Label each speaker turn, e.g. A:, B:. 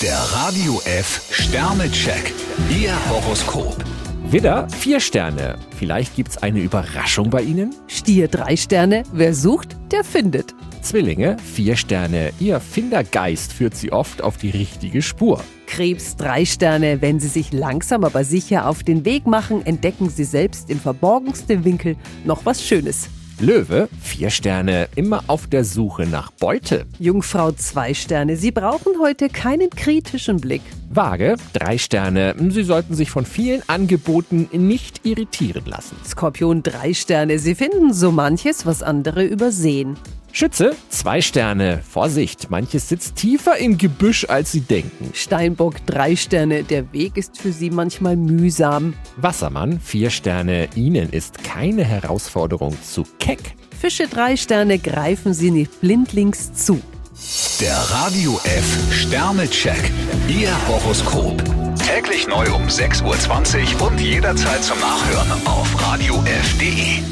A: Der Radio F Sternecheck. Ihr Horoskop.
B: Widder, vier Sterne. Vielleicht gibt's eine Überraschung bei Ihnen?
C: Stier drei Sterne, wer sucht, der findet.
B: Zwillinge, vier Sterne. Ihr Findergeist führt Sie oft auf die richtige Spur.
C: Krebs drei Sterne, wenn Sie sich langsam aber sicher auf den Weg machen, entdecken Sie selbst im verborgensten Winkel noch was Schönes.
B: Löwe, vier Sterne. Immer auf der Suche nach Beute.
C: Jungfrau zwei Sterne, Sie brauchen heute keinen kritischen Blick.
B: Waage, drei Sterne. Sie sollten sich von vielen Angeboten nicht irritieren lassen.
C: Skorpion drei Sterne, Sie finden so manches, was andere übersehen.
B: Schütze, zwei Sterne. Vorsicht, manches sitzt tiefer im Gebüsch, als Sie denken.
C: Steinbock drei Sterne, der Weg ist für Sie manchmal mühsam.
B: Wassermann, vier Sterne. Ihnen ist keine Herausforderung zu keck.
C: Fische drei Sterne, greifen Sie nicht blindlings zu.
A: Der Radio F Sternecheck. Ihr Horoskop. Täglich neu um 6.20 Uhr und jederzeit zum Nachhören auf Radio radiof.de.